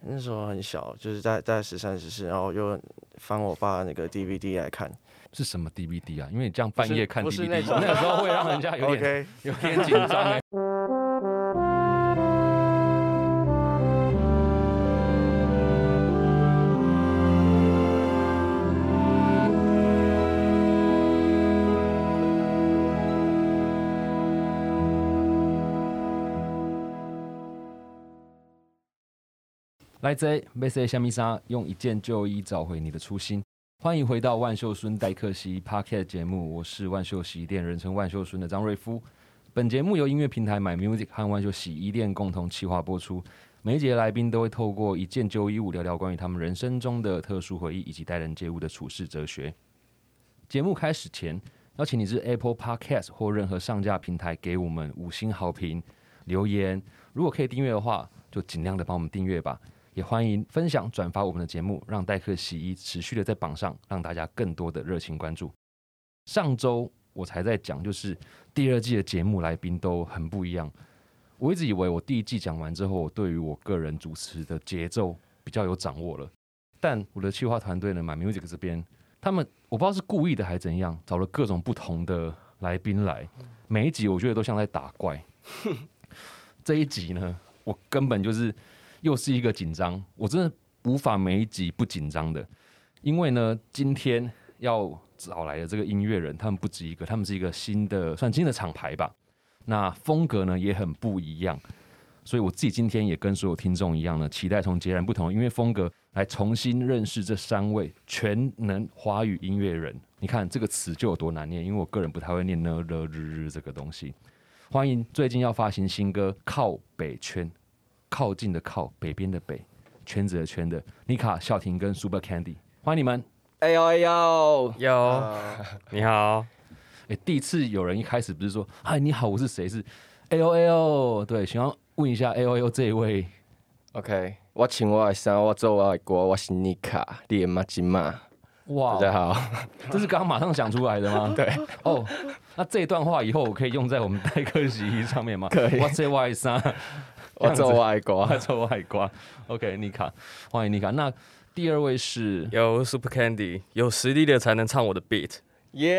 那时候很小，就是在在十三十四，然后又翻我爸那个 DVD 来看。是什么 DVD 啊？因为你这样半夜看不 DVD，是不是那种那个时候会让人家 有点 OK，有点紧张哎。来自 VC 虾米莎，用一件旧衣找回你的初心。欢迎回到万秀孙戴克西 Podcast 节目，我是万秀洗衣店人称万秀孙的张瑞夫。本节目由音乐平台 My Music 和万秀洗衣店共同企划播出。每一节来宾都会透过一件旧衣物聊聊关于他们人生中的特殊回忆以及待人接物的处事哲学。节目开始前，邀请你至 Apple Podcast 或任何上架平台给我们五星好评、留言。如果可以订阅的话，就尽量的帮我们订阅吧。也欢迎分享转发我们的节目，让代客洗衣持续的在榜上，让大家更多的热情关注。上周我才在讲，就是第二季的节目来宾都很不一样。我一直以为我第一季讲完之后，我对于我个人主持的节奏比较有掌握了，但我的企划团队呢，My Music 这边，他们我不知道是故意的还是怎样，找了各种不同的来宾来，每一集我觉得都像在打怪。这一集呢，我根本就是又是一个紧张，我真的无法每一集不紧张的，因为呢，今天要找来的这个音乐人，他们不止一个，他们是一个新的算新的厂牌吧，那风格呢也很不一样，所以我自己今天也跟所有听众一样呢，期待从截然不同的音乐风格来重新认识这三位全能华语音乐人。你看这个词就有多难念，因为我个人不太会念呢了日日这个东西。欢迎最近要发行新歌《靠北圈》，靠近的靠，北边的北，圈子的圈的妮卡、孝婷跟 Super Candy，欢迎你们！哎呦哎呦，哟，你好，诶，第一次有人一开始不是说“嗨，你好，我是谁？”是哎 A O A O，对，想要问一下哎 A O A O 这一位， OK，我穿我的衫，我做我的歌，我是妮卡，你的妈吉玛，哇哦大，家 好，这是刚刚马上想出来的吗？对，哦，那这段话以后我可以用在我们代客洗衣上面吗？可以哇塞外三，我做我的歌哇，塞外瓜，OK，妮卡，欢迎妮卡。那第二位是有 Super Candy，有实力的才能唱我的 beat。耶，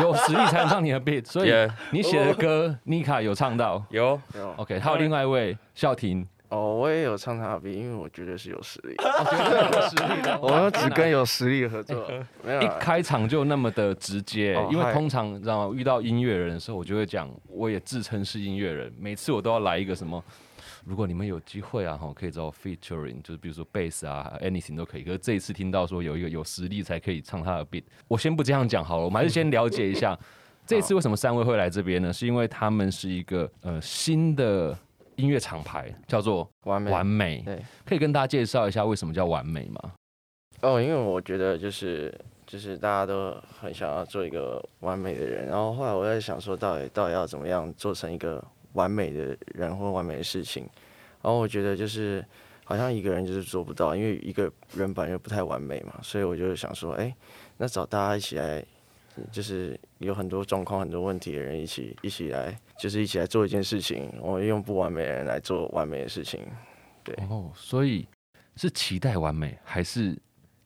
有实力才能唱你的 beat，所以 Yeah 你写的歌妮卡有唱到。有，有 OK，还有另外一位孝婷，哦，我也有唱他的 B，因为我觉得是有实 力，我觉得有实力的。我们只跟有实力 合作，没有啊一啦。开场就那么的直接、呃哦因为嗨通常你知道吗？遇到音乐人的时候，我就会讲，我也自称是音乐人，每次我都要来一个什么。如果你们有机会啊，哈，可以找我 featuring，就是比如说 bass 啊，anything 都可以。可是这一次听到说有一个有实力才可以唱他的 beat，我先不这样讲好了，我们还是先了解 一下，这次为什么三位会来这边呢？是因为他们是一个呃新的音乐厂牌，叫做完美完美，对可以跟大家介绍一下为什么叫完美吗？哦，因为我觉得就是就是大家都很想要做一个完美的人，然后后来我在想说，到底到底要怎么样做成一个完美的人或完美的事情，然后我觉得就是好像一个人就是做不到，因为一个人本来就不太完美嘛，所以我就想说，哎，那找大家一起来。就是有很多状况、很多问题的人一起一起来，就是一起来做一件事情。我们用不完美的人来做完美的事情。对哦，所以是期待完美，还是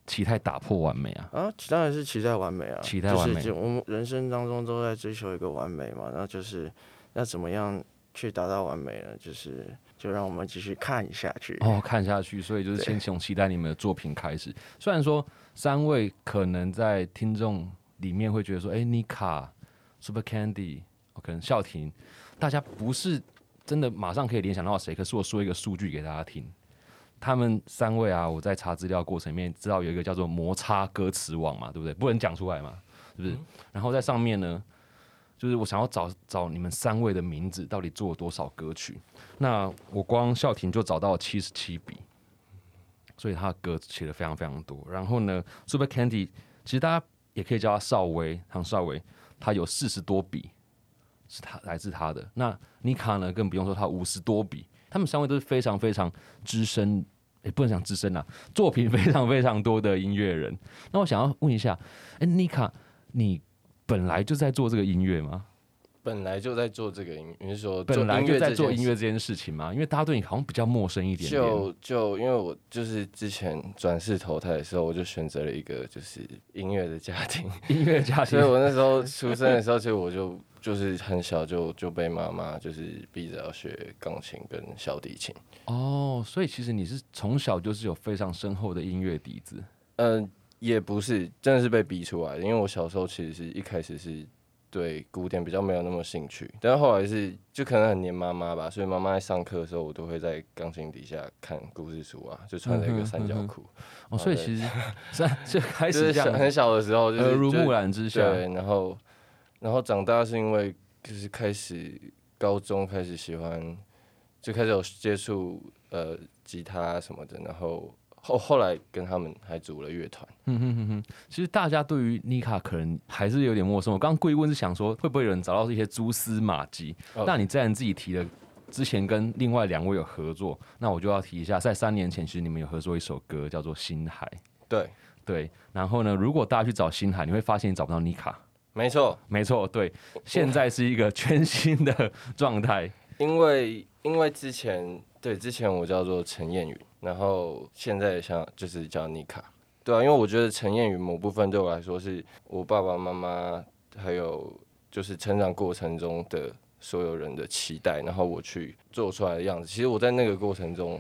期待打破完美啊？啊，当然是期待完美啊，期待完美就是就我们人生当中都在追求一个完美嘛，那就是那怎么样去达到完美呢？就是就让我们继续看下去。哦，看下去，所以就是对先从期待你们的作品开始。虽然说三位可能在听众里面会觉得说，哎，妮卡、Super Candy，哦可能笑婷，大家不是真的马上可以联想到谁。可是我说一个数据给大家听，他们三位啊，我在查资料过程里面知道有一个叫做摩擦歌词网嘛，对不对？不能讲出来嘛，是不是？然后在上面呢，就是我想要找找你们三位的名字，到底做了多少歌曲？那我光孝廷就找到七十七笔，所以他的歌写的非常非常多。然后呢，Super Candy 其实大家也可以叫他少威，唐少威，他有四十多笔是他来自他的。那妮卡呢，更不用说，他五十多笔。他们三位都是非常非常资深，也不能讲资深啦，啊作品非常非常多的音乐人。那我想要问一下，哎、妮卡，你本来就在做这个音乐吗？本来就在做这个音，你是说本来就在做音乐乐这件事情嘛，因为大家对你好像比较陌生一这件点事？点。就就因为我就是之前转世投胎的时候，我就选择了一个就是音乐的家 庭，音乐家庭所以我那时候出生的时候，其实我就 就是很小就就被妈妈就是逼着要学钢琴跟小提琴。哦，所以其实你是从小就是有非常深厚的音乐底子。嗯、也不是，真的是被逼出来的。因为我小时候其实是一开始是对古典比较没有那么兴趣，但是后来是就可能很黏妈妈吧，所以妈妈在上课的时候，我都会在钢琴底下看故事书啊，就穿着一嗯哼个三角嗯哼裤，哦，所以其实是就开就始是这小样很小的时候就是耳濡就是目染之下，对，然后然后长大是因为就是开始高中开始喜欢，就开始有接触呃吉他什么的，然后后后来跟他们还组了乐团。嗯哼哼哼，其实大家对于妮卡可能还是有点陌生。我刚刚故意问是想说，会不会有人找到一些蛛丝马迹？哦那你既然自己提了，之前跟另外两位有合作，那我就要提一下，在三年前其实你们有合作一首歌叫做《星海》，对，对。然后呢，如果大家去找《星海》，你会发现你找不到妮卡。没错，没错，对，现在是一个全新的状态。 因为因为之前对之前我叫做陈燕云，然后现在像就是叫妮卡。对啊，因为我觉得陈燕云某部分对我来说是我爸爸妈妈还有就是成长过程中的所有人的期待，然后我去做出来的样子。其实我在那个过程中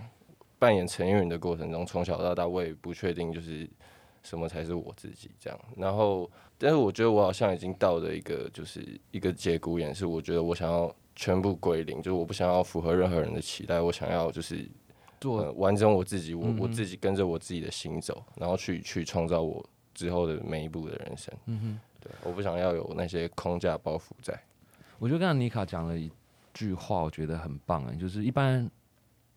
扮演陈燕云的过程中，从小到大我也不确定就是什么才是我自己这样。然后，但是我觉得我好像已经到了一个就是一个节骨眼，是我觉得我想要全部归零，就是我不想要符合任何人的期待，我想要就是做呃、完整我自己，我、嗯哼我自己跟着我自己的心走，然后去去创造我之后的每一步的人生。嗯哼，对，我不想要有那些框架包袱在。我觉得刚才妮卡讲了一句话，我觉得很棒啊，就是一般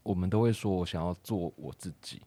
我们都会说我想要做我自己，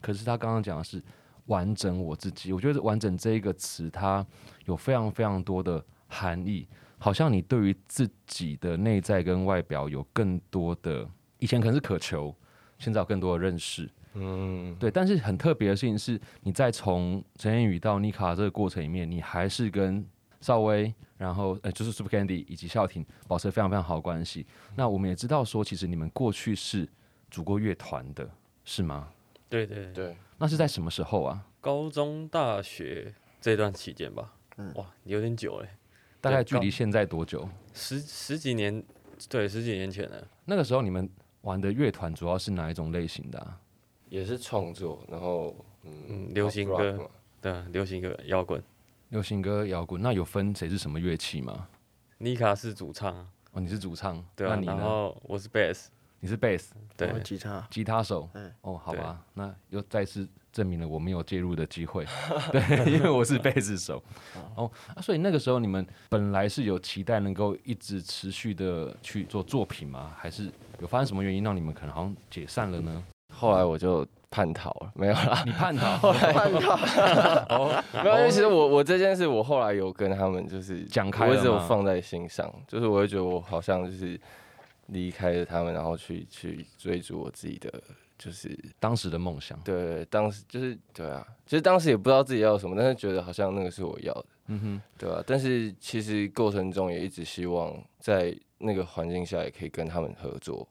可是她刚刚讲的是完整我自己。我觉得“完整”这一个词，它有非常非常多的含义，好像你对于自己的内在跟外表有更多的，以前可能是渴求，现在有更多的认识。嗯，对，但是很特别的事情是，你在从陈彦宇到妮卡这个过程里面，你还是跟邵薇，然后呃就是 Super Candy 以及孝廷保持非常非常好的关系。那我们也知道说，其实你们过去是组过乐团的，是吗？对对对，对，那是在什么时候啊？高中、大学这段期间吧，哇，有点久哎，大概距对离现在多久？十十几年，对，十几年前了。那个时候你们玩的乐团主要是哪一种类型的、啊？也是创作，然后嗯嗯，流行 pop 歌 rock 嘛对啊，流行歌摇滚，流行歌、摇滚，那有分谁是什么乐器吗？妮卡是主唱啊，哦，你是主唱，对啊那，你然呢？后我是 bass，你是 bass，对然哦后，吉他，吉他手嗯。哦，好对吧，那又再次证明了我没有介入的机 会。对，因为我是贝斯手。哦、啊所以那个时候你们本来是有期待能够一直持续的去做作品吗？还是有发生什么原因让你们可能好像解散了呢？啊后来我就叛逃了，没有啦，你叛 逃没有。因为其实我我这件事，我后来有跟他们就是哦讲开了我吗一直有放在心上，就是我会觉得我好像就是离开了他们，然后去去追逐我自己的，就是当时的梦想。对，当时就是对啊，其实当时也不知道自己要什么，但是觉得好像那个是我要的，嗯哼，对啊。但是其实过程中也一直希望在那个环境下也可以跟他们合作，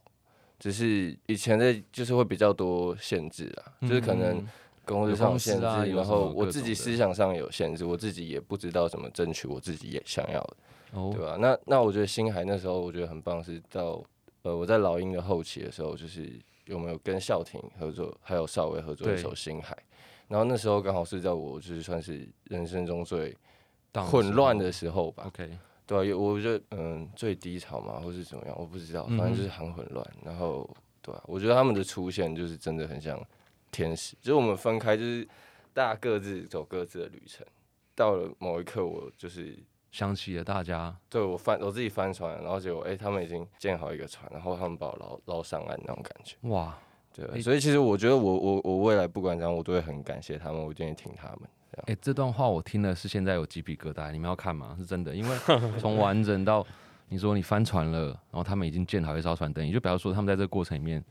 只是以前在就是会比较多限制啊，就是可能嗯工作上有限制，有公司啊有然什么后各种我的自己思想上也有限制，我自己也不知道怎么争取我自己也想要的，哦对，吧、那那我觉得星海那时候我觉得很棒，是到呃我在老鹰的后期的时候，就是有没有跟孝廷合作，还有邵伟合作一对首星海，然后那时候刚好是在我就是算是人生中最当时混乱的时候吧，哦 OK，对啊，有我觉得嗯最低潮嘛，或是怎么样，我不知道，嗯反正就是很混乱。然后对啊，我觉得他们的出现就是真的很像天使，就是我们分开就是大家各自走各自的旅程，到了某一刻我就是。想起了大家。对我翻我自己翻船，然后结果哎、他们已经建好一个船，然后他们把我捞捞上岸那种感觉。哇，对啊，哎所以其实我觉得我我我未来不管怎样，我都会很感谢他们，我一定会挺他们。哎、这段话我听了是现在有鸡皮疙瘩，你们要看吗？是真的，因为从完整到你说你翻船了，然后他们已经建好一艘船，等于就比方说他们在这个过程里面，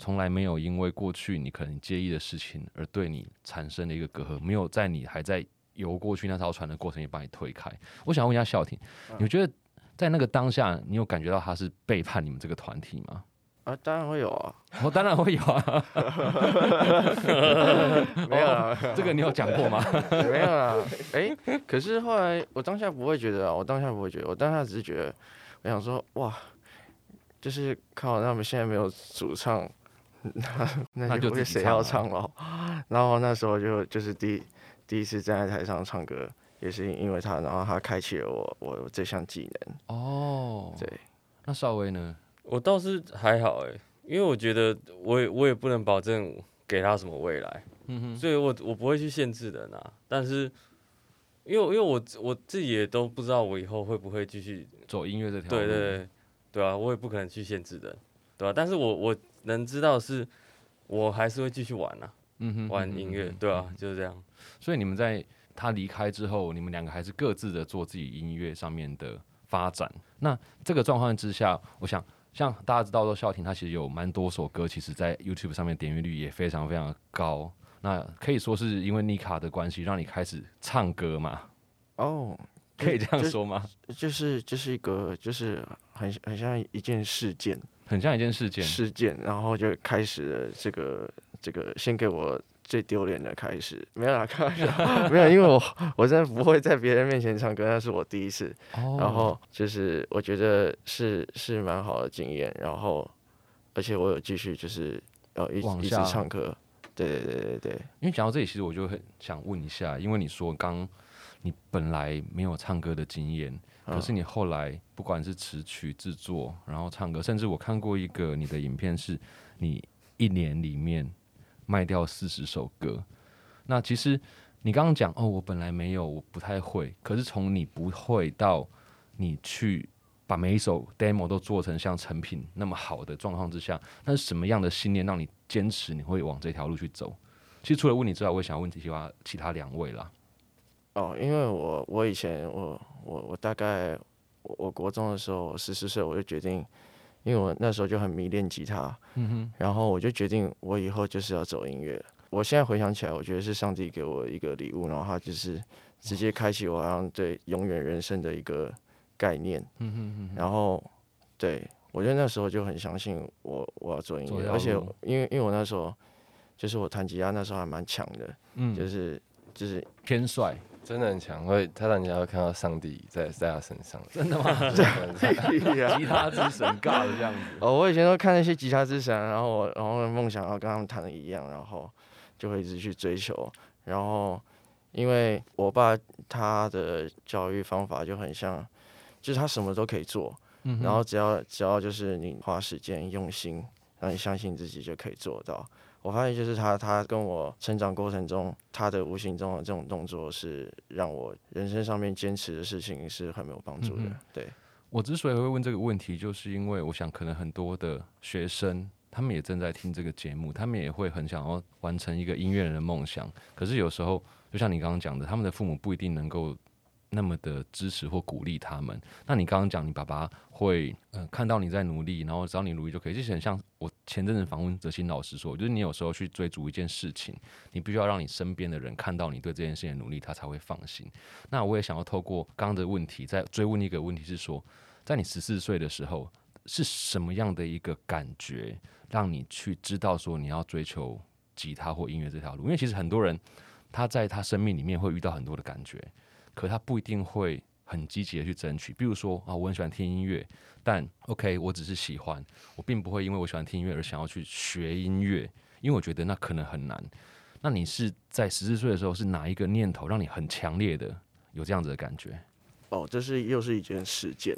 从来没有因为过去你可能介意的事情而对你产生了一个隔阂，没有在你还在游过去那艘船的过程也把你推开。我想问一下孝廷，你觉得在那个当下，你有感觉到他是背叛你们这个团体吗？啊，当然会有 啊，我、当然会有啊， 哦没有啊，这个你有讲 过吗？没有啦。哎、可是后来我当下不会觉得啊，我当下不会觉得，我当下只是觉得，我想说哇，就是靠他们现在没有主唱，那那那就就自己会谁唱要啊唱了？然后那时候就就是第第一次站在台上唱歌，也是因为他，然后他开启了我我这项技能。哦，对，那邵薇呢？ 我倒是还好哎、因为我觉得我也我也不能保证给他什么未来，嗯所以我我不会去限制人啊。但是因为因为我我自己也都不知道我以后会不会继续，哼，走音乐这条路，对对对，对啊，我也不可能去限制人，对啊，但是我我能知道的是，我还是会继续玩啊，嗯哼，嗯哼玩音乐，对啊，就是这样。所以你们在他离开之后，你们两个还是各自的做自己音乐上面的发展。那这个状况之下，我想像大家知道说，孝廷他其实有蛮多首歌，其实在 YouTube 上面点阅率也非常非常的高。那可以说是因为妮卡的关系，让你开始唱歌嘛？哦，可以这样就说吗？就是就是一个就是很很像一件事件很像一件事件，事件，然后就开始了这个这个先给我最丢脸的开始，没有啦，开玩 笑，没有，因为我我真的不会在别人面前唱歌，那是我第一次，哦然后就是我觉得是是蛮好的经验，然后而且我有继续就是呃一直往一直下唱歌，对对对对对，因为讲到这里，其实我就很想问一下，因为你说刚你本来没有唱歌的经验，可是你后来不管是词曲制作，然后唱歌，甚至我看过一个你的影片，是你一年里面卖掉四十首歌。那其实你刚刚讲哦，我本来没有，我不太会，可是从你不会到你去把每一首 demo 都做成像成品那么好的状况之下，那是什么样的信念让你坚持你会往这条路去走？其实除了问你之外，我也想问其他其他两位啦。哦，因为我我以前我我我大概我我国中的时候，十四岁我就决定，因为我那时候就很迷恋吉他，嗯哼，然后我就决定我以后就是要走音乐。我现在回想起来，我觉得是上帝给我一个礼物，然后他就是直接开启我好像对永远人生的一个概念，嗯哼然后对我觉得那时候就很相信我我要做音走这乐，条而且路因为因为我那时候就是我弹吉他那时候还蛮强的，嗯，就是就是偏帅，真的很强，会他让人家会看到上帝在在他身上，真的吗？ 吉他之神尬的这样子。哦，我以前都看那些吉他之神，然后我然后梦想要跟他们弹的一样，然后就会一直去追求。然后因为我爸他的教育方法就很像，就是他什么都可以做，嗯哼然后只要只要就是你花时间用心，然后你相信自己就可以做到。我发现就是他，他跟我成长过程中，他的无形中的这种动作是让我人生上面坚持的事情是很没有帮助的。嗯哼对，我之所以会问这个问题，就是因为我想可能很多的学生。他们也正在听这个节目，他们也会很想要完成一个音乐人的梦想。可是有时候，就像你刚刚讲的，他们的父母不一定能够那么的支持或鼓励他们。那你刚刚讲，你爸爸会呃看到你在努力，然后只要你努力就可以，就是很像我前阵子访问哲新老师说，就是你有时候去追逐一件事情，你必须要让你身边的人看到你对这件事情的努力，他才会放心。那我也想要透过刚刚的问题，再追问一个问题是说，在你十四岁的时候，是什么样的一个感觉，让你去知道说你要追求吉他或音乐这条路？因为其实很多人他在他生命里面会遇到很多的感觉，可他不一定会很积极的去争取。比如说啊，我很喜欢听音乐，但 OK，我只是喜欢，我并不会因为我喜欢听音乐而想要去学音乐，因为我觉得那可能很难。那你是在十四岁的时候，是哪一个念头让你很强烈的有这样子的感觉？哦，这是又是一件事件。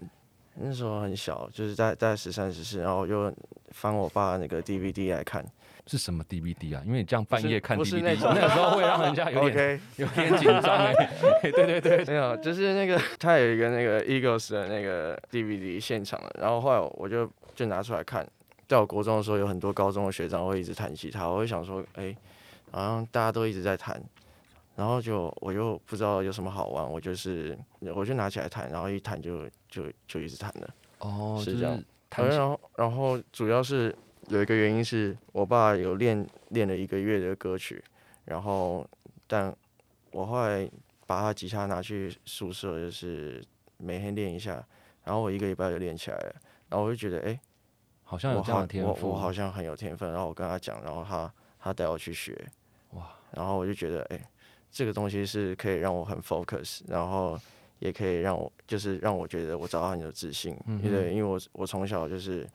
那时候很小，就是在在十三十四，然后我就翻我爸那个 DVD 来看。是什么 DVD 啊？因为你这样半夜看不 DVD，是那不是那种个时候会让人家有点 OK，有点紧张哎。 对对对，没有，就是那个他有一个那个 Eagles 的那个 DVD 现场的，然后后来我就就拿出来看。在我国中的时候，有很多高中的学长会一直弹吉他，我会想说，哎、好像大家都一直在弹，然后就我又不知道有什么好玩，我就是我就拿起来弹，然后一弹就就就一直弹了。哦，是就这样是弹琴然后然后主要是有一个原因是我爸有练练了一个月的歌曲，然后但我后来把他吉他拿去宿舍，就是每天练一下，然然后我一个礼拜就练起来了，然后我就觉得，哎、好像有我这样好的，天我赋，我好像很有天分。然后我跟他讲，然后他他带我去学，哇，然后我就觉得，哎、这个东西是可以让我很 focus，然后也可以让我就是让我觉得我找到很有自信，嗯因为哼因为我我从小就是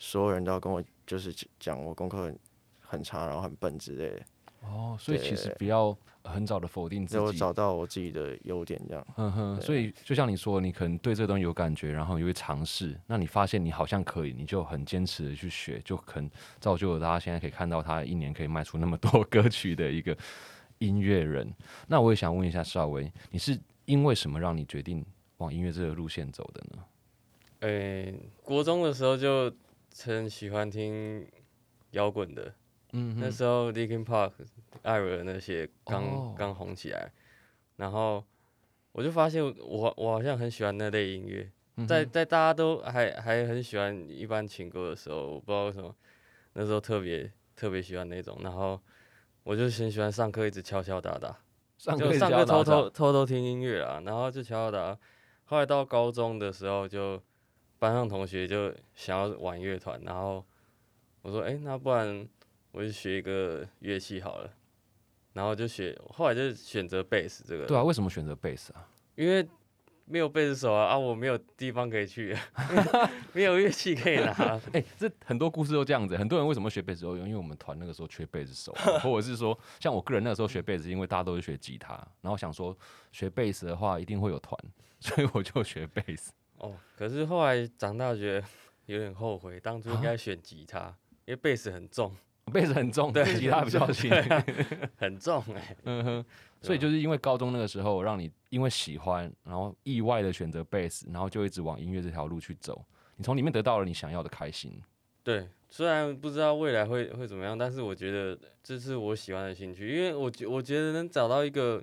所有人都要跟我就是讲我功课很很差，然后很笨之类的，哦，所以对其实不要很早的否定自所以我己，找到我自己的优点这样。嗯哼，对所以就像你说，你可能对这个东西有感觉，然后你会尝试，那你发现你好像可以，你就很坚持的去学，就可能造就了大家现在可以看到他一年可以卖出那么多歌曲的一个音乐人。那我也想问一下邵薇，你是因为什么让你决定往音乐这个路线走的呢？诶、国中的时候就很喜欢听摇滚的，嗯那哼，时候 Linkin Park、艾尔那些哦刚刚、红起来，然后我就发现我我好像很喜欢那类音乐，嗯哼在在大家都还还很喜欢一般情歌的时候，我不知道为什么那时候特别特别喜欢那种，然后我就很喜欢上课一直敲敲打打，上就课上只要课偷拿偷到偷偷听音乐啊，然后就敲敲打。后来到高中的时候就，班上同学就想要玩乐团，然后我说：“哎、那不然我就学一个乐器好了。”然后就学，后来就选择贝斯这个，对啊，为什么选择贝斯啊？因为没有贝斯手啊，啊，我没有地方可 以去，没有乐器可以拿，哎、这很多故事都这样子、很多人为什么学贝斯手？因为我们团那个时候缺贝斯手 啊，或者是说，像我个人那个时候学贝斯，因为大家都是学吉他，然后想说学贝斯的话一定会有团， 所以我就学贝斯。哦，可是后来长大觉得有点后悔，当初应啊该选吉他，因为贝斯很重，贝斯很重，对吉他比较轻。 很重哎、 嗯哼，所以就是因为高中那个时候，让你因为喜欢，然后意外的选择贝斯，然后就一直往音乐这条路去走。你从里面得到了你想要的开心。对，虽然不知道未来会会怎么样，但是我觉得这是我喜欢的兴趣，因为我觉我觉得能找到一个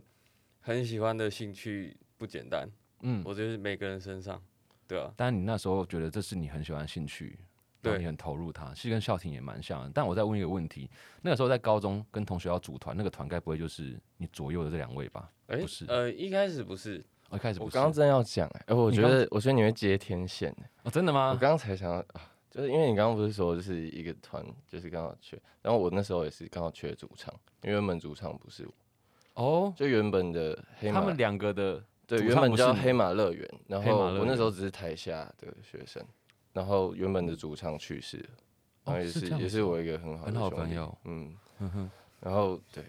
很喜欢的兴趣不简单，嗯，我觉得每个人身上，对啊，但你那时候觉得这是你很喜欢的兴趣，然后对你很投入它，其实跟校婷也蛮像的。但我再问一个问题，那个时候在高中跟同学要组团，那个团该不会就是你左右的这两位吧？哎、不是呃，一开始不是，哦、一开始我不是刚刚真的要讲哎、哎我你觉刚得我觉得你会接天线哎、哦，真的我吗？刚刚才想要啊，就是因为你刚刚不是说就是一个团就是刚好缺，然后我那时候也是刚好缺主唱，因为原本主唱不是我，哦，就原本的黑他马们两个的对主原唱本不叫是你黑马乐园，然黑后马乐我那时园候只是台下的学生，然后原本的主唱去世了，哦然后也是是这样也子是哦我一个很好很的好兄朋弟友，嗯嗯哼，然后对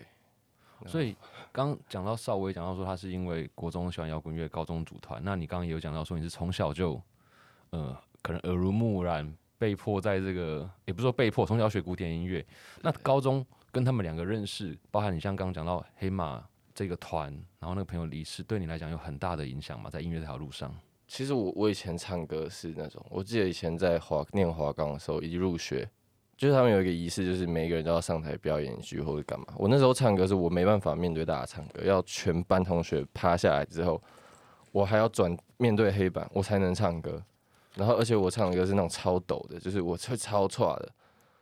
所啊以刚刚讲到邵薇，讲到说他是因为国中喜欢摇滚乐，高中组团。那你刚刚也有讲到说你是从小就，呃，可能耳濡目染，被迫在这个也不是说被迫，从小学古典音乐。那高中跟他们两个认识，包含你像刚刚讲到黑马这个团，然后那个朋友离世，对你来讲有很大的影响嘛，在音乐这条路上。其实我我以前唱歌是那种，我记得以前在华念华冈的时候，一入学就是他们有一个仪式，就是每一个人都要上台表演一句或者干嘛。我那时候唱歌是我没办法面对大家唱歌，要全班同学趴下来之后，我还要转面对黑板，我才能唱歌。然后而且我唱的歌是那种超抖的，就是我是超差的。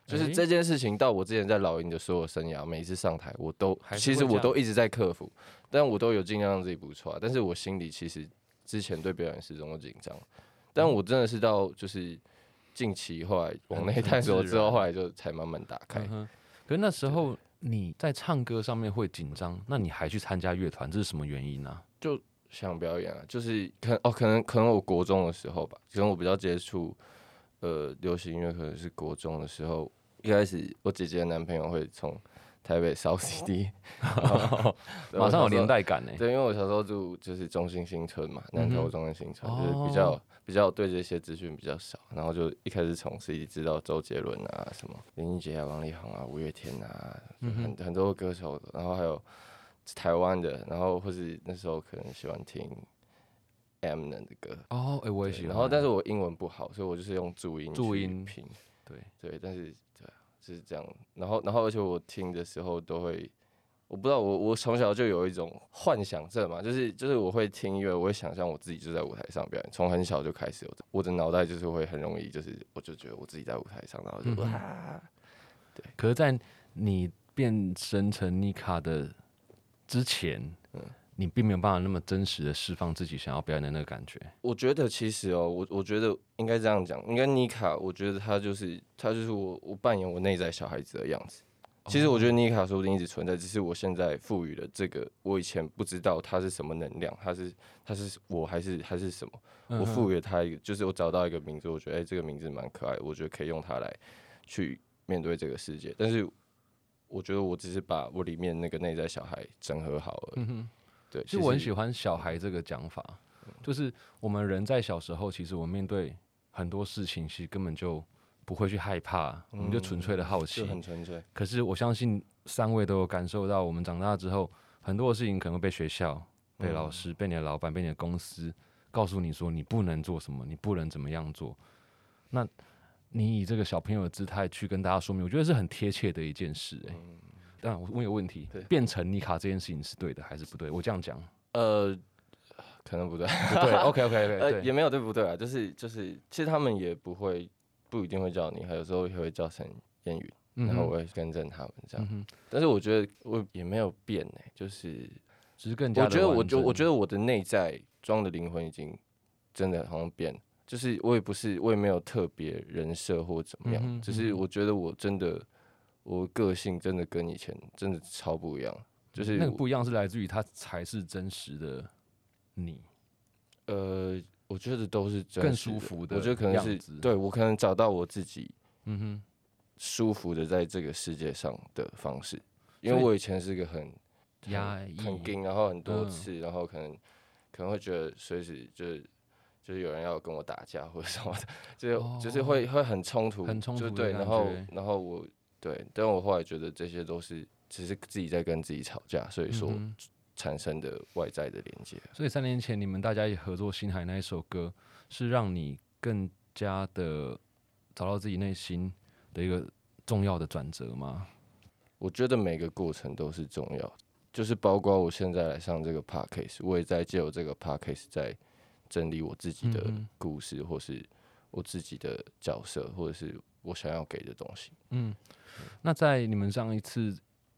就是诶这件事情到我之前在老鹰的所有生涯，每一次上台我都还是其会实这我样都一直在克服，但我都有尽量让自己不错啊。但是我心里其实之前对表演是这么紧张，嗯但我真的是到就是近期后来往内很探索自之后，然后来就才慢慢打开嗯。哼，可是那时候你在唱歌上面会紧张，那你还去参加乐团，这是什么原因 呢、 想表演啊，就是可能哦，可能可能我国中的时候吧，可能我比较接触呃流行音乐，可能是国中的时候。一开始我姐姐的男朋友会从台北烧 CD，对马上有我小时候年代感欸呢、对，因为我小时候住就是中心新村嘛，南嗯投哼中心新村，哦就是比较比较对这些资讯比较少，然后就一开始从 CD 知道周杰伦啊、什么林俊杰啊、王力宏啊、五月天啊，嗯就很、很多歌手，然后还有台湾的，然后或是那时候可能喜欢听 M 人的歌，哦，哎、我也对喜欢。然后但是我英文不好，所以我就是用注音注去音拼，对。对，但是对啊，就是这样。然后，然后，而且我听的时候都会，我不知道，我我从小就有一种幻想症嘛，就是就是我会听音乐，我会想象我自己就在舞台上表演，从很小就开始有这，我的脑袋就是会很容易，就是我就觉得我自己在舞台上，然后就、嗯哼啊，嗯可是，在你变身成妮卡的之前，你并没有办法那么真实的释放自己想要表演的那个感觉。我觉得其实哦，我我觉得应该这样讲，应该妮卡，我觉得她就是她就是我我扮演我内在小孩子的样子。其实我哦觉得妮卡说不定一直存在，只是我现在赋予了这个我以前不知道它是什么能量，它是它是我还是还是什么，嗯我哦赋予了它一个，就是我找到一个名字，我觉得哎、这个名字蛮可爱的，我觉得可以用它来去面对这个世界。但是我觉得我只是把我里面那个内在小孩整合好嗯而已。对，其实我很喜欢。欢“小孩”这个讲法，就是我们人在小时候，其实我们面对很多事情，其实根本就不会去害怕，我们就纯粹的好奇嗯就。很纯粹，可是我相信三位都有感受到，我们长大之后，很多的事情可能会被学校、嗯被老师、被你的老板、被你的公司告诉你说你不能做什么，你不能怎么样做。那你以这个小朋友的姿态去跟大家说明，我觉得是很贴切的一件事、欸。但我问一个问题嗯对：变成妮卡这件事情是对的还是不对？我这样讲呃，可能不 对，不对？OK OK OK， 呃，哎对，也没有对不对啊，就是就是，其实他们也不会，不一定会叫你，还有时候也会叫成谚语，嗯然后哼我会更正他们这样。嗯哼但是我觉得我也没有变呢、就是只是更加我的觉得我就完整我觉得我的内在装的灵魂已经真的好像变了，就是我也不是我也没有特别人设或怎么样，嗯哼只嗯是哼我觉得我真的我个性真的跟以前真的超不一样，就是那个我不一样是来自于他才是真实的你。呃，我觉得都是真更实舒服的我觉得可能样是子对我可能找到我自己嗯哼，舒服的在这个世界上的方式，因所为以我以前是一个很很压抑很硬，然后很多嗯次，然后可能可能会觉得随时就是就是有人要跟我打架或者什么的，就是、就是会会很冲突，哦很冲就突的对，感然后觉然后我对，但我后来觉得这些都是只是自己在跟自己吵架，所以说嗯哼产生的外在的连接。所以三年前你们大家也合作《星海》那一首歌，是让你更加的找到自己内心的一个重要的转折吗？我觉得每个过程都是重要的，就是包括我现在来上这个 podcast，我也在借由这个 podcast 在整理我自己的嗯哼故事，或是我自己的角色，或者是我想要给的东西。嗯，那在你们上一次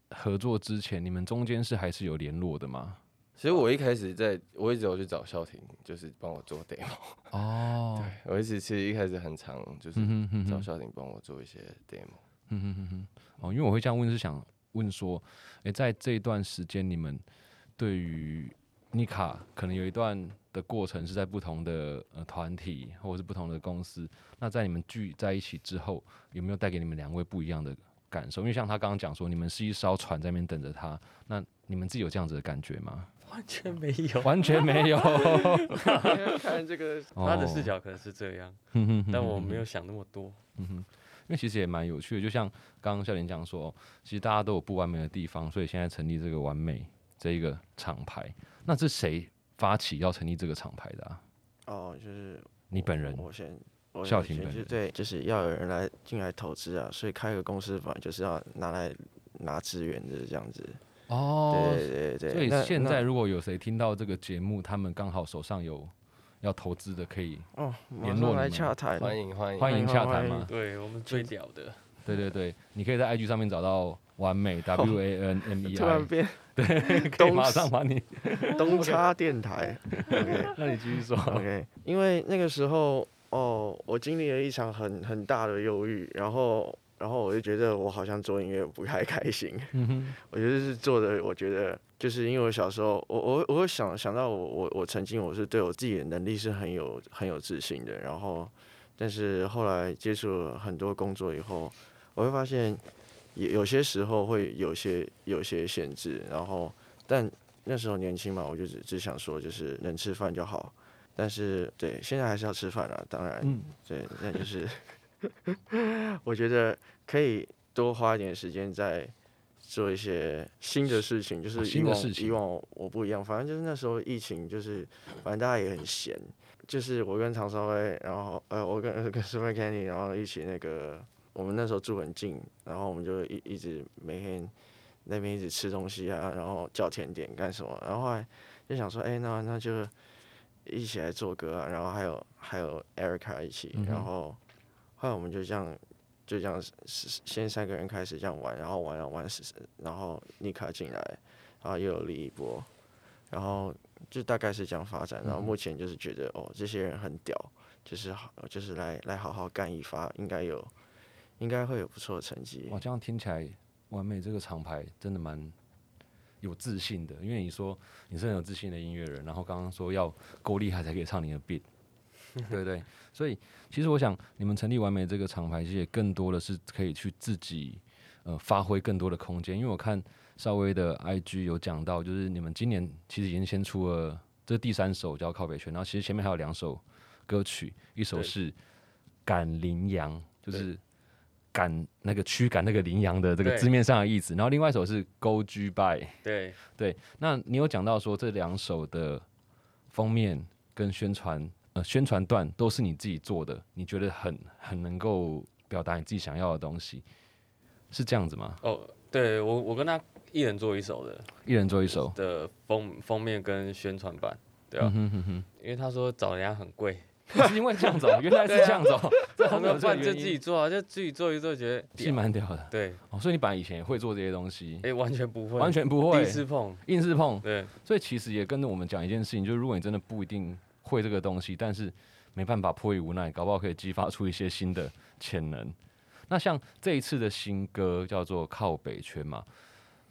合作之前，你们中间是还是有联络的吗？其实我一开始在，我一直有去找孝婷，就是帮 我做 demo。哦，我一直其实一开始很常就是嗯哼哼找哼，孝婷帮我做一些 demo。嗯哼哼哼，哦，因为我会这样问，是想问说，诶、在这一段时间，你们对于妮卡可能有一段的过程是在不同的呃团体或者是不同的公司，那在你们聚在一起之后，有没有带给你们两位不一样的感受？因为像他刚刚讲说，你们是一艘船在那边等着他，那你们自己有这样子的感觉吗？完全没有。完全没有， 看这个 他的哦视嗯角可能是这样，但我没有想那么 多。因为其实也蛮有趣的，就像刚刚笑莲讲说，其实大家都有不完美的地方，所以现在成立这个完美这一个厂牌，那是谁发起要成立这个厂牌的、啊？哦，就是你本人我先。我孝廷先本去人对，就是要有人来进来投资啊，所以开个公司反正就是要拿来拿资源的这样子。哦。对对对所对。以那现那在如果有谁听到这个节目，他们刚好手上有要投资的，可以哦，马联上络你来们洽谈，欢迎欢迎，嗯欢迎洽谈欢迎吗？对我们最屌的，对对对，你可以在 IG 上面找到完美 W A N M E 哦 突然 I，变可以马上 把你， 东差电台。OK 那你继续说。 OK，因为那个时候哦，我经历了一场很很大的忧郁，然后然后我就觉得我好像做音乐不太开心。嗯哼， 我觉得是做的，我觉得就是因为我小时候，我我我会想想到我我我曾经我是对我自己的能力是很有很有自信的，然后但是后来接触了很多工作以后，我会发现有有些时候会有些有些限制，然后但那时候年轻嘛，我就只只想说就是能吃饭就好，但是对现在还是要吃饭啊，当然， 嗯对，那就是 我觉得可以多花一点时间在做一些新的事情，就是哦以新的往、事情以往我不一样，反正就是那时候疫情，就是反正大家也很闲，就是我跟常少威，然后呃我跟跟 Super Candy，然后一起那个我们那时候住很近，然后我们就一一直每天那边一直吃东西啊，然后叫甜点干什么，啊然后后来就想说，哎、那那就一起来做歌啊，然后还有还有 Erica 一起，嗯哼然后后来我们就这样就这样先三个人开始这样玩，然后玩了玩，然后妮卡进来，然后又有李一波，然后就大概是这样发嗯展。然后目前就是觉得哦，这些人很屌，就是好，就是来来好好干一发，应该有，应该会有不错的成绩。哇，这样听起来，完美这个厂牌真的蛮有自信的，因为你说你是很有自信的音乐人，然后刚刚说要够厉害才可以唱你的 beat，对不对？所以其实我想，你们成立完美这个厂牌，其实也更多的是可以去自己呃发挥更多的空间，因为我看稍微的 IG 有讲到，就是你们今年其实已经先出了这第三首叫《靠北圈》，然后其实前面还有两首歌曲，一首对是《赶羚羊》，就是赶那个驱赶那个羚羊的这个对字面上的意思，然后另外一首是 Go G By。对，对，那你有讲到说这两首的封面跟宣传呃宣传段都是你自己做的，你觉得很很能够表达你自己想要的东西，是这样子吗？哦，对我我跟他一人做一首的一人做一首，的封封面跟宣传版，对啊，因为他说找人家很贵，是因为这样子哦，原来是这样子 哦，这后我没面有有这个办就原自因己，做啊，就自己做一做，觉得是屌，蛮屌的对，哦。所以你本来以前也会做这些东西，哎，完全不会，完全不第会一，次碰，硬是碰。对所以其实也跟我们讲一件事情，就是如果你真的不一定会这个东西，但是没办法，迫于无奈，搞不好可以激发出一些新的潜能。那像这一次的新歌叫做《靠北圈》嘛，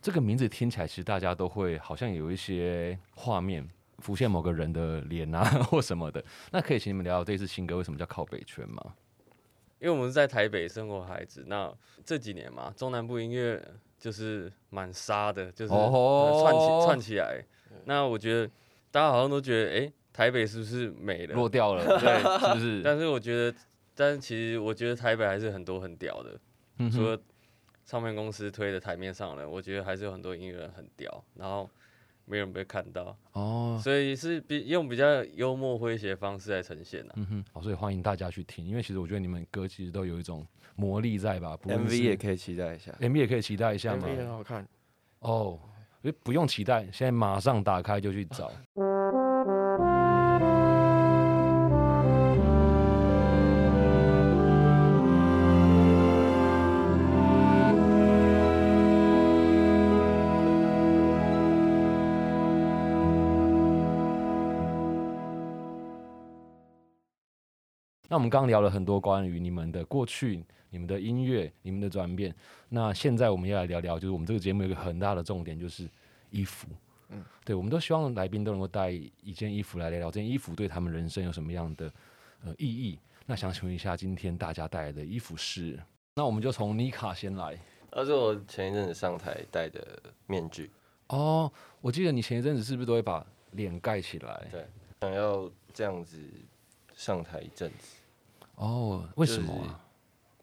这个名字听起来其实大家都会好像有一些画面浮现某个人的脸啊 或什么的。那可以请你们聊聊这次新歌为什么叫靠北圈吗？因为我们是在台北生活的孩子，那这几年嘛，中南部音乐就是蛮杀的，就是、哦呃串起串起来。那我觉得大家好像都觉得，哎、台北是不是没了？落掉了，对，是不是？ 但是我觉得，但是其实我觉得台北还是很多很屌的，嗯哼除了唱片公司推的台面上的人，我觉得还是有很多音乐人很屌，然后没人被看到，哦，所以是比用比较幽默诙谐的方式来呈现的、啊嗯哼，好，所以欢迎大家去听，因为其实我觉得你们歌其实都有一种魔力在吧，不论是，MV 也可以期待一下。 MV 也可以期待一下嘛 MV。很好看，哦，就不用期待，现在马上打开就去找。那我们刚刚聊了很多关于你们的过去、你们的音乐、你们的转变。那现在我们要来聊聊，就是我们这个节目有一个很大的重点，就是衣服。嗯，对，我们都希望来宾都能够带一件衣服来聊聊，这件衣服对他们人生有什么样的呃意义？那想请问一下，今天大家带来的衣服是？那我们就从妮卡先来。而是我前一阵子上台戴的面具，哦，我记得你前一阵子是不是都会把脸盖起来？对，想要这样子上台一阵子。哦，为什么、就啊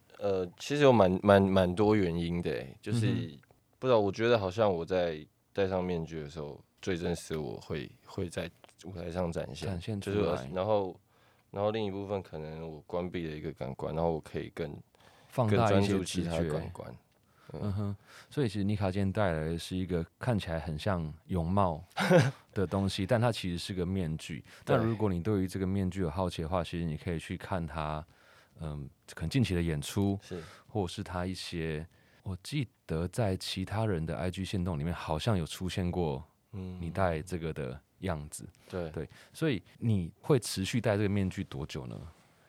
是？呃，其实有蛮蛮蛮多原因的欸，就是、嗯不知道，我觉得好像我在戴上面具的时候，最真实的我会会在舞台上展现，展现就是出我来然后然后另一部分可能我关闭了一个感官，然后我可以更放更大专一些注其直他感觉。官，嗯哼，所以其实妮卡今天带来的是一个看起来很像泳 帽的东西，但它其实是个面具。但对如果你对于这个面具有好奇的话，其实你可以去看它，嗯，可能近期的演出，是或者是它一些，我记得在其他人的 IG 线动里面好像有出现过嗯，你戴这个的样子。对，对，所以你会持续戴这个面具多久呢？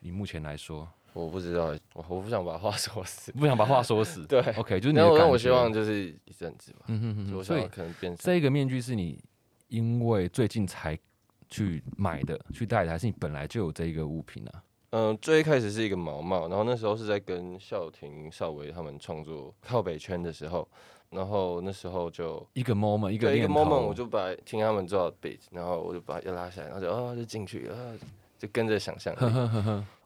以目前来说，我不知道欸，我我不想把话说死，。不想把话说死 对 OK，就是你的哦但我但感我觉希望就是一阵子吧，嗯哼哼就哼，我所想以要可能变成这个面具是你因为最近才去买的、去戴的，还是你本来就有这个物品啊呢、嗯，最一开始是一个毛毛，然后那时候是在跟孝廷、邵维他们创作靠北圈的时候，然后那时候就一个 moment，一个对一念个头 moment，我就把听他们做到 beat，然后我就把它拉下来，然后就啊就进去了，啊就跟着想象力。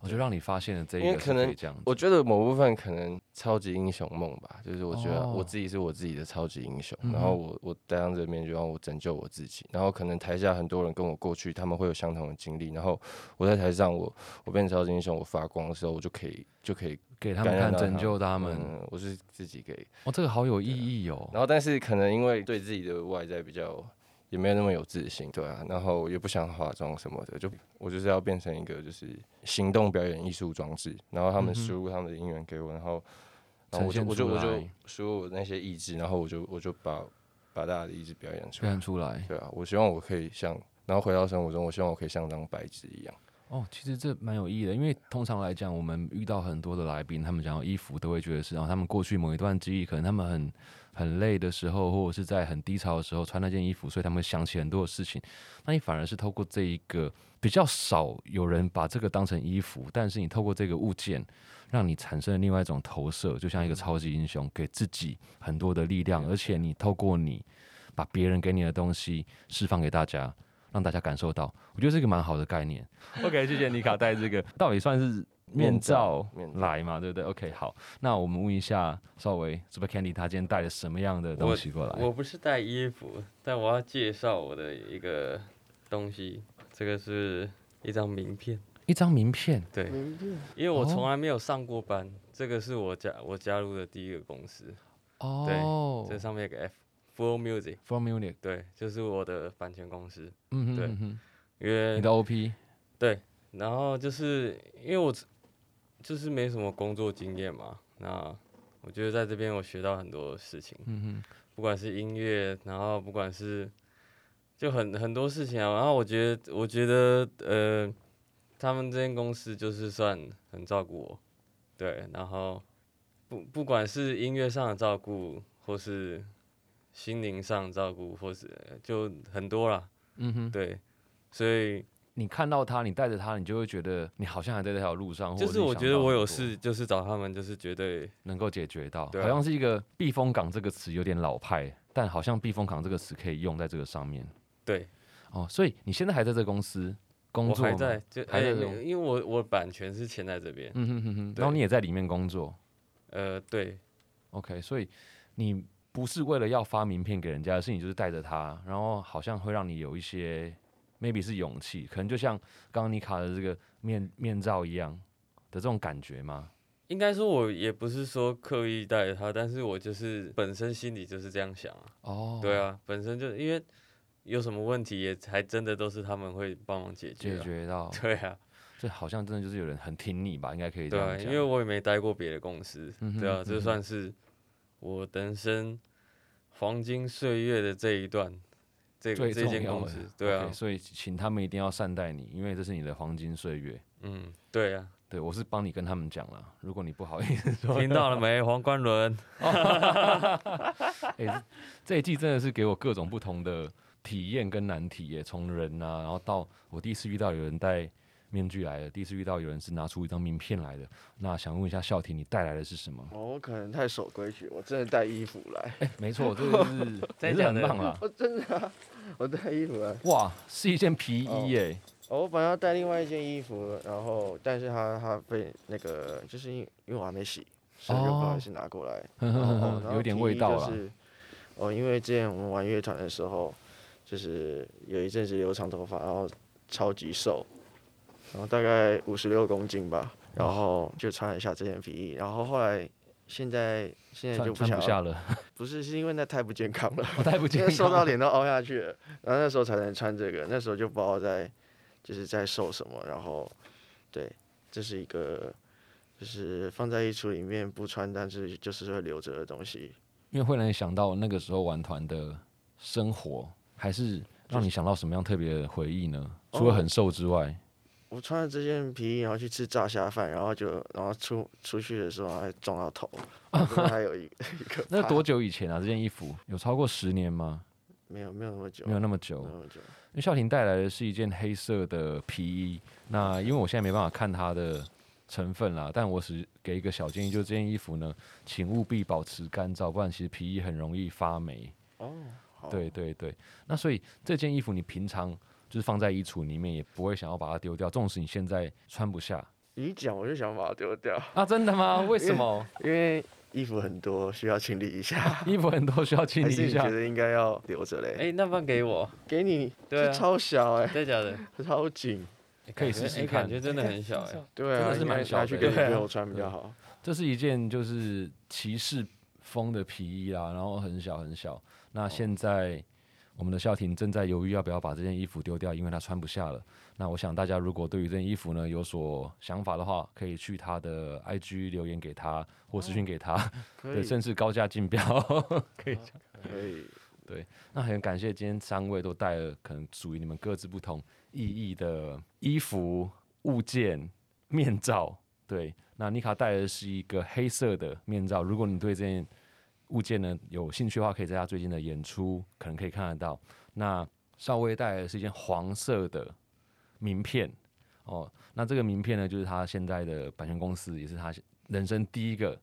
我就让你发现了这一因为个是可能以这样子我觉得某部分可能超级英雄梦吧，就是我觉得哦我自己是我自己的超级英雄，嗯哼然后我我戴上这个面具，然后我拯救我自己，然后可能台下很多人跟我过去，他们会有相同的经历，然后我在台上我我变成超级英雄，我发光的时候，我就可以就可以给他们感染看，到拯他救他们。嗯，我是自己给。哦，这个好有意义哦。然后，但是可能因为对自己的外在比较也没有那么有自信，对啊，然后也不想化妆什么的，就我就是要变成一个就是行动表演艺术装置。然后他们输入他们的音源给我，然后然后我就嗯呈现我就出我就来输入我那些意志，然后我就我就把把大家的意志表演出表来现。出来。对啊，我希望我可以像，然后回到生活中，我希望我可以像张白纸一样。哦，其实这蛮有意义的，因为通常来讲，我们遇到很多的来宾，他们讲到衣服，都会觉得是，然后哦他们过去某一段记忆，可能他们很很累的时候，或者是在很低潮的时候穿那件衣服，所以他们会想起很多的事情。那你反而是透过这一个比较少有人把这个当成衣服，但是你透过这个物件，让你产生了另外一种投射，就像一个超级英雄，给自己很多的力量，而且你透过你把别人给你的东西释放给大家，让大家感受到，我觉得是一个蛮好的概念。OK，谢谢妮卡带这个， 到底算是面面罩罩面罩来嘛，对不对？OK，好，那我们问一下，稍微 Super Candy 他今天带了什么样的东西过来？我不是带衣服，但我要介绍我的一个东西，这个是一张名片。一张名片，对，因为我从哦来没有上过班，这个是我加我加入的第一个公司，哦这上面有个 F Full Music， ，From Munich，对，就是我的版权公司，嗯哼对嗯哼，因为你的 OP，对，然后就是因为我就是没什么工作经验嘛，那我觉得在这边我学到很多事情，嗯不管是音乐，然后不管是就很很多事情啊，然后我觉得我觉得呃，他们这间公司就是算很照顾我，对，然后不不管是音乐上的照顾，或是心灵上的照顾，或是就很多啦，哼，嗯哼，对，所以。你看到他，你带着他，你就会觉得你好像还在这条路上，或就者是我想觉得到我很有多事，就是找他们，就是绝对能够解决到，对啊好像是一个避风港这个词有点老派，但好像避风港这个词可以用在这个上面对哦。所以你现在还在这公司工我作吗？还在就还哎、在没用有因为我我版权是签在这边，嗯哼哼哼，对然后你也在里面工作嗯呃，对，OK，所以你不是为了要发名片给人家，而是你就是带着它，然后好像会让你有一些 maybe 是勇气，可能就像刚刚你卡的这个面面罩一样的这种感觉吗？应该说我也不是说刻意带着他，但是我就是本身心里就是这样想啊，哦，对，啊，本身就因为有什么问题也还真的都是他们会帮忙解决、解啊，决哦到，对啊，这好像真的就是有人很挺你吧，应该可以这对样啊，讲，因为我也没待过别的公司，嗯哼对啊，嗯这哼算是我人生黄金岁月的这一段，这最个这重间要公的司，对啊 OK，所以请他们一定要善待你，因为这是你的黄金岁月。嗯，对 啊。对我是帮你跟他们讲了，如果你不好意思说，听到了没，黄冠伦？哎、这一季真的是给我各种不同的体验跟难题耶，从人啊，然后到我第一次遇到有人戴面具来的，第一次遇到有人是拿出一张名片来的。那想问一下孝婷，你带来的是什么？ 哦我可能太守规矩，我真的带衣服来， 哎、没错，这个是也真是的假很的棒啦。我真的啊、我带衣服来。哇，是一件皮哦衣耶，哦，我本来要带另外一件衣服，然后但是它它被那个，就是因因为我还没洗，所以就不好意思拿过 来。呵呵然后呵呵哦然后哦有点提味议道就啦。是哦，因为之前我们玩乐团的时候，就是有一阵子留长头发，然后超级瘦，然后大概五十六公斤吧，然后就穿了一下这件皮衣，然后后来现在现在就穿不穿想不下要，了， 不是是因为那太不健康了，我戴 不因进为去。啊瘦到脸都凹下去了，然后那时候才能穿这个，那时候就不知道在就是在瘦什么，然后对，这是一个。就是放在衣橱里面不穿，但是就是会留着的东西。因为会让你想到那个时候玩团的生活，还是让你想到什么样特别的回忆呢？哦除了很瘦之外，我穿了这件皮衣，然后去吃炸虾饭，然后就然后出出去的时候还撞到 头，然后还有一一个那疤多久以前啊？这件衣服有超过十年吗？没有没有那么久，嗯没有那么没久有。那么久。因为孝婷带来的是一件黑色的皮衣，那因为我现在没办法看它的成分啦，但我只给一个小建议，就是这件衣服呢，请务必保持干燥，不然其实皮衣很容易发霉。哦，好，对对对，那所以这件衣服你平常就是放在衣橱里面，也不会想要把它丢掉，纵使你现在穿不下，你一讲我就想把它丢掉，啊，真的吗？为 什么因为衣服很多，需要清理一下。衣服很多需要 清还理是一你觉下？得应该要留着嘞？哎、那半给我，给你，对啊这超小哎、真的假的？超紧。 可以感觉试试哎看感觉真的很小哎、对真啊，的是应该蛮小拿去的给你对啊朋友穿比较好。这是一件就是骑士风的皮衣啦，然后很小很小。哦那现在我们的孝婷正在犹豫要不要把这件衣服丢掉，因为她穿不下了。那我想大家如果对于这件衣服呢有所想法的话，可以去她的 IG 留言给她，或私讯给她，哦可对，以， 甚至高价竞标可以。可以。那很感谢今天三位都带了可能属于你们各自不同意义的衣服、物件、面罩。对，那妮卡戴的是一个黑色的面罩。如果你对这件物件呢有兴趣的话，可以在他最近的演出可能可以看得到。那邵薇戴的是一件黄色的名片哦，那这个名片呢，就是他现在的版权公司，也是他人生第一个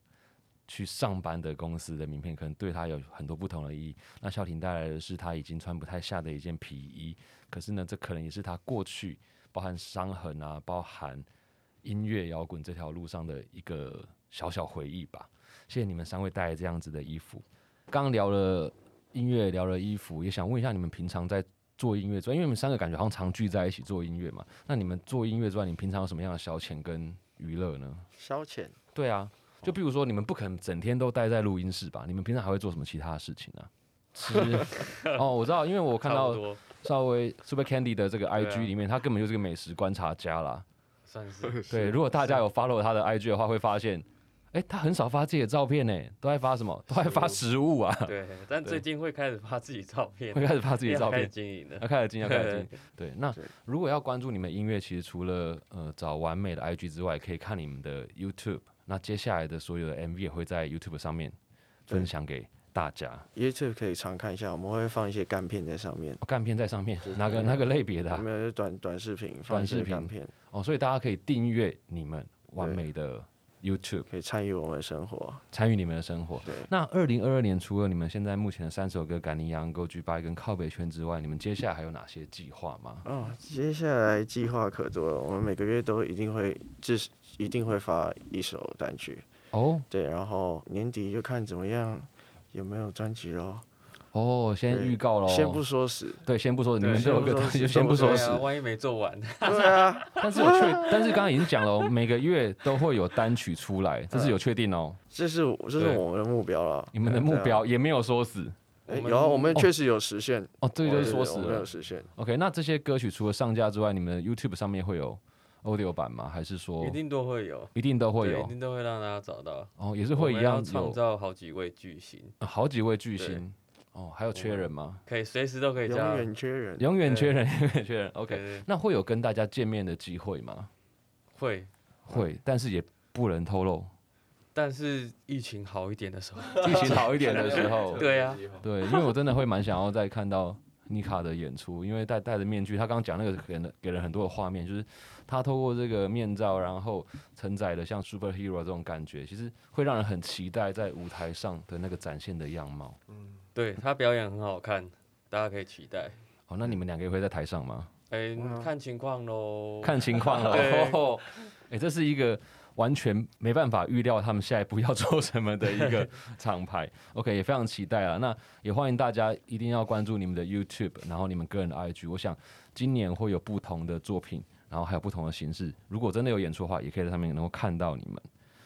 去上班的公司的名片，可能对他有很多不同的意义。那孝廷带来的是他已经穿不太下的一件皮衣，可是呢，这可能也是他过去包含伤痕啊，包含音乐摇滚这条路上的一个小小回忆吧。谢谢你们三位带来这样子的衣服。刚聊了音乐，聊了衣服，也想问一下你们平常在做音乐之外，因为你们三个感觉好像常聚在一起做音乐嘛。那你们做音乐之外，你们平常有什么样的消遣跟娱乐呢？消遣。对啊，哦就比如说你们不可能整天都待在录音室吧？你们平常还会做什么其他的事情啊？吃 哦，我知道，因为我看差到不多稍微 Super Candy 的这个对啊 IG 里面，他根本就是个美食观察家啦。算 是对，如果大家有 follow 他的 IG 的话，会发现，哎、他很少发自己的照片呢，都在发什么？都在发食物啊，对，但最近会开始发自己照 片，会开始发自己因的为照要开始片。经营的要。开始进，要开始进。 对对，那对如果要关注你们音乐，其实除了呃找完美的 IG 之外，可以看你们的 YouTube。那接下来的所有的 MV 也会在 YouTube 上面对分享给大家。 YouTube 可以常看一下，我们会放一些干片在上面，哦干片在上面，对哪个哪个类别的有啊、没有就是短短视频，放一些短视频干片，哦，所以大家可以订阅你们完美的 YouTube，可以参与我们的生活。参与你们的生活对。那二零二二年除了你们现在目前的三首歌《赶羚羊》《Go G 八》跟《靠北圈》之外，你们接下来还有哪些计划吗？哦，接下来计划可多了，我们每个月都一定会至少一定会发一首单曲，哦对，然后年底就看怎么样，有没有专辑咯。哦，先对预告喽。先不说死，对，先不说，你对们都有个东西就先不说说对死啊，万一没做完，对啊， 但是我确，但是刚刚已经讲了哦，每个月都会有单曲出来，这是有确定 哦。这是我这是对我们的目标啊了。你们的目啊标也没有说死对啊，我哎们有啊我们确实有实现，哦，这个就是说死我们了有。实现。 OK，那这些歌曲除了上架之外，你们的 YouTube 上面会有 audio 版吗？还是说一定都会有，一定都哦会对，一有？定都会让大家找到。哦，也是会我一们要样创有造好几位巨星，呃好几位巨对星哦，还有缺人吗？可以随时都可以永加。远缺人，永远对缺人，永远缺人。对 OK，对那会有跟大家见面的机会吗？会，嗯会，但是也不能透 露。但是疫情好一点的时候，疫情好一点的时候，对啊，对，因为我真的会蛮想要再看到妮卡的演出，因为戴戴着面具，她刚刚讲那个给人给人很多的画面，就是她透过这个面罩，然后承载的像 superhero 这种感觉，其实会让人很期待在舞台上的那个展现的样貌。对他表演很好看，大家可以期待。哦，那你们两个也会在台上吗？哎哇，看情况喽。看情况了。对哦，哎、这是一个完全没办法预料他们下一步要 做什么的一个厂牌。OK，也非常期待啊。那也欢迎大家一定要关注你们的 YouTube，然后你们个人的 IG。我想今年会有不同的作品，然后还有不同的形式。如果真的有演出的话，也可以在上面能够看到你们。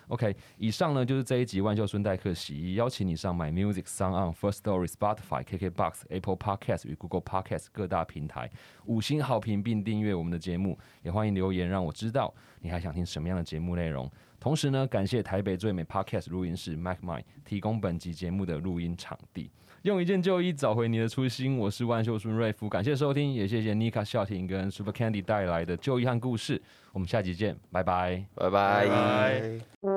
OK，以上呢就是这一集万秀孙代客洗衣，邀请你上 My Music、s o n On、First Story、Spotify、KKBox、Apple Podcast 与 Google Podcast 各大平台五星好评并订阅我们的节目，也欢迎留言让我知道你还想听什么样的节目内容。同时呢，感谢台北最美 Podcast 录音室 Mac m i 提供本集节目的录音场地。用一件旧衣找回你的初心，我是万秀孙瑞夫，感谢收听，也谢谢 Nika 笑婷跟 Super Candy 带来的旧衣和故事，我们下集见，拜拜。拜拜拜。拜